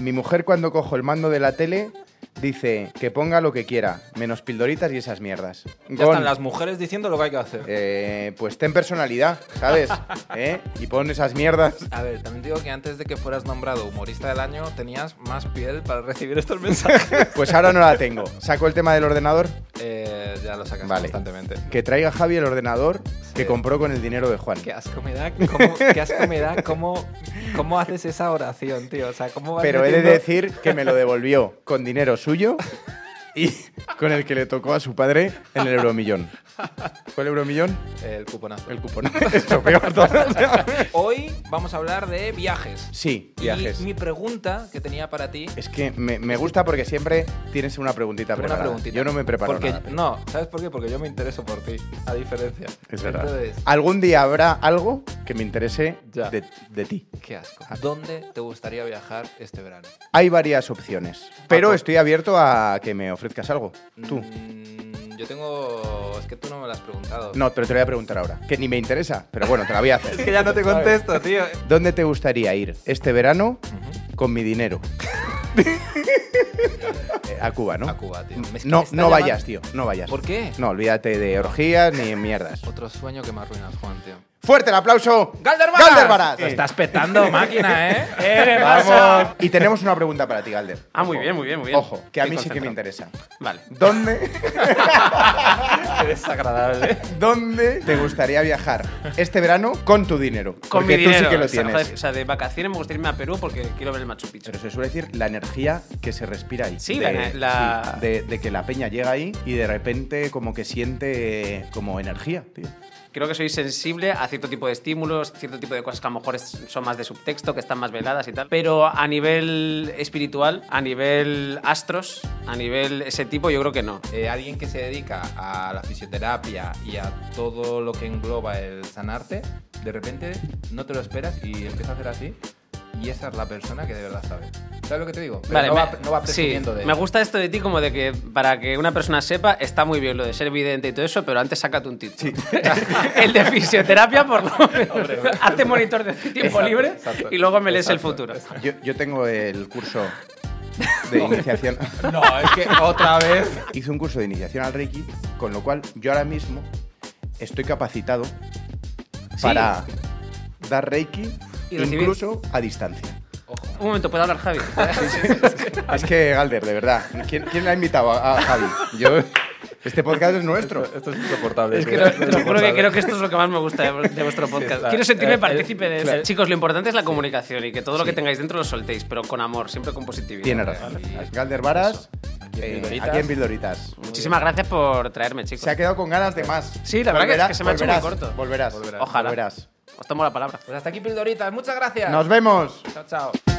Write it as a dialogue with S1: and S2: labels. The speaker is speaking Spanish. S1: Mi mujer cuando cojo el mando de la tele dice que ponga lo que quiera, menos pildoritas y esas mierdas.
S2: Ya
S1: Gon,
S2: están las mujeres diciendo lo que hay que hacer.
S1: eh, pues ten personalidad, ¿sabes? ¿Eh? Y pon esas mierdas.
S2: A ver, también digo que antes de que fueras nombrado humorista del año, tenías más piel para recibir estos mensajes.
S1: Pues ahora no la tengo. Saco el tema del ordenador.
S2: Eh, ya lo sacas
S1: Vale.
S2: constantemente.
S1: Que traiga Javi el ordenador que
S2: Sí.
S1: compró con el dinero de Juan.
S2: Qué asco me da, cómo, qué asco me da cómo, cómo haces esa oración, tío. O sea, cómo vas
S1: Pero he de
S2: metiendo-
S1: decir que me lo devolvió con dinero suyo y con el que le tocó a su padre en el euromillón. ¿Fue el euromillón?
S2: El cuponazo.
S1: El cupón. Es lo peor todo.
S2: Hoy vamos a hablar de viajes.
S1: Sí,
S2: Y
S1: viajes.
S2: mi pregunta que tenía para ti.
S1: Es que me, me gusta porque siempre tienes una preguntita
S2: Una
S1: preparada.
S2: preguntita.
S1: Yo no me preparo
S2: Porque,
S1: nada.
S2: No, ¿sabes por qué? Porque yo me intereso por ti, a diferencia.
S1: Es verdad.
S2: Entonces,
S1: Algún día habrá algo que me interese
S2: Ya.
S1: de, de ti.
S2: qué asco.
S1: Ah.
S2: ¿Dónde te gustaría viajar este verano?
S1: Hay varias opciones, pero
S2: Paco.
S1: estoy abierto a que me ofrezcas algo. Tú.
S2: Ah, pues- Mm, yo tengo... Es que tú no me lo has preguntado.
S1: No, pero te lo voy a preguntar ahora. Que ni me interesa, pero bueno, te la voy a hacer.
S2: Es que ya no te contesto, tío.
S1: ¿Dónde te gustaría ir este verano con mi dinero? Eh, a Cuba, ¿no?
S2: A Cuba, tío. Es que me
S1: No,
S2: está
S1: no vayas,
S2: llamando-
S1: tío. No vayas.
S2: ¿Por qué?
S1: No, olvídate de orgías ni mierdas.
S2: Otro sueño que me arruinas, Juan, tío.
S1: ¡Fuerte el aplauso!
S2: ¡Galderbaras!
S1: ¡Galderbaras!
S2: Lo estás petando, máquina, ¿eh?
S3: ¿Qué le pasa?
S1: Vamos. Y tenemos una pregunta para ti, Galder.
S3: Ah, muy bien, muy bien, muy bien.
S1: Ojo, que a
S3: Estoy
S1: mí sí que me
S3: concentrado.
S1: interesa.
S3: Vale.
S1: ¿Dónde,
S2: Qué desagradable.
S1: ¿Dónde te gustaría viajar este verano con tu dinero?
S3: Con
S1: Porque
S3: mi
S1: tú
S3: dinero.
S1: sí que lo
S3: o, sea,
S1: tienes.
S3: joder, o sea, de vacaciones me gustaría irme a Perú porque quiero ver el Machu Picchu.
S1: Pero se suele decir la energía que se respira ahí.
S3: Sí,
S1: de,
S3: la- la-
S1: sí, de, de que la peña llega ahí y de repente como que siente eh, como energía, tío.
S3: Creo que soy sensible a cierto tipo de estímulos, cierto tipo de cosas que a lo mejor es- son más de subtexto, que están más veladas y tal. Pero a nivel espiritual, a nivel astros, a nivel ese tipo, yo creo que no.
S2: Eh, alguien que se dedica a la fisioterapia y a todo lo que engloba el sanarte, de repente no te lo esperas y empieza a hacer así. Y esa es la persona que de verdad sabe. ¿Sabes lo que te digo? Pero no, va, no va
S3: sí,
S2: presumiendo de
S3: me gusta esto de ti como de que para que una persona sepa está muy bien lo de ser vidente y todo eso, pero antes sácate un título. el de fisioterapia por lo menos. Hazte monitor de tiempo
S2: Exacto,
S3: libre
S2: exacto.
S3: y luego me lees el
S2: Exacto,
S3: futuro.
S2: exacto.
S1: Yo, yo tengo el curso de iniciación.
S2: No, es que otra vez.
S1: Hice un curso de iniciación al Reiki, con lo cual yo ahora mismo estoy capacitado para dar Reiki
S3: Y recibir.
S1: incluso a distancia.
S3: Un momento, ¿puedo hablar Javi?
S1: Es que, Galder, de verdad, ¿quién, quién la ha invitado a, a Javi? Yo, este podcast es nuestro.
S2: es insoportable.
S3: Es que lo- te lo juro que creo que esto es lo que más me gusta de, de vuestro podcast.
S2: claro.
S3: Quiero sentirme
S1: Eh,
S2: El- el-
S3: partícipe de
S2: claro.
S3: Chicos, lo importante es la comunicación y que todo lo que tengáis dentro lo soltéis, pero con amor, siempre con positividad.
S1: Tienes razón. Galder Varas, eh,
S2: Vildoritas.
S1: aquí en Vildoritas.
S3: Muchísimas gracias por traerme, chicos.
S1: Se ha quedado con ganas de más.
S3: Sí, la verdad que es que se me ha hecho muy
S1: volverás,
S3: corto.
S1: Volverás,
S2: Volverás.
S3: Ojalá.
S1: volverás.
S3: Os tomo la palabra.
S2: Pues hasta aquí, Pildoritas. Muchas gracias.
S1: Nos vemos.
S2: Chao, chao.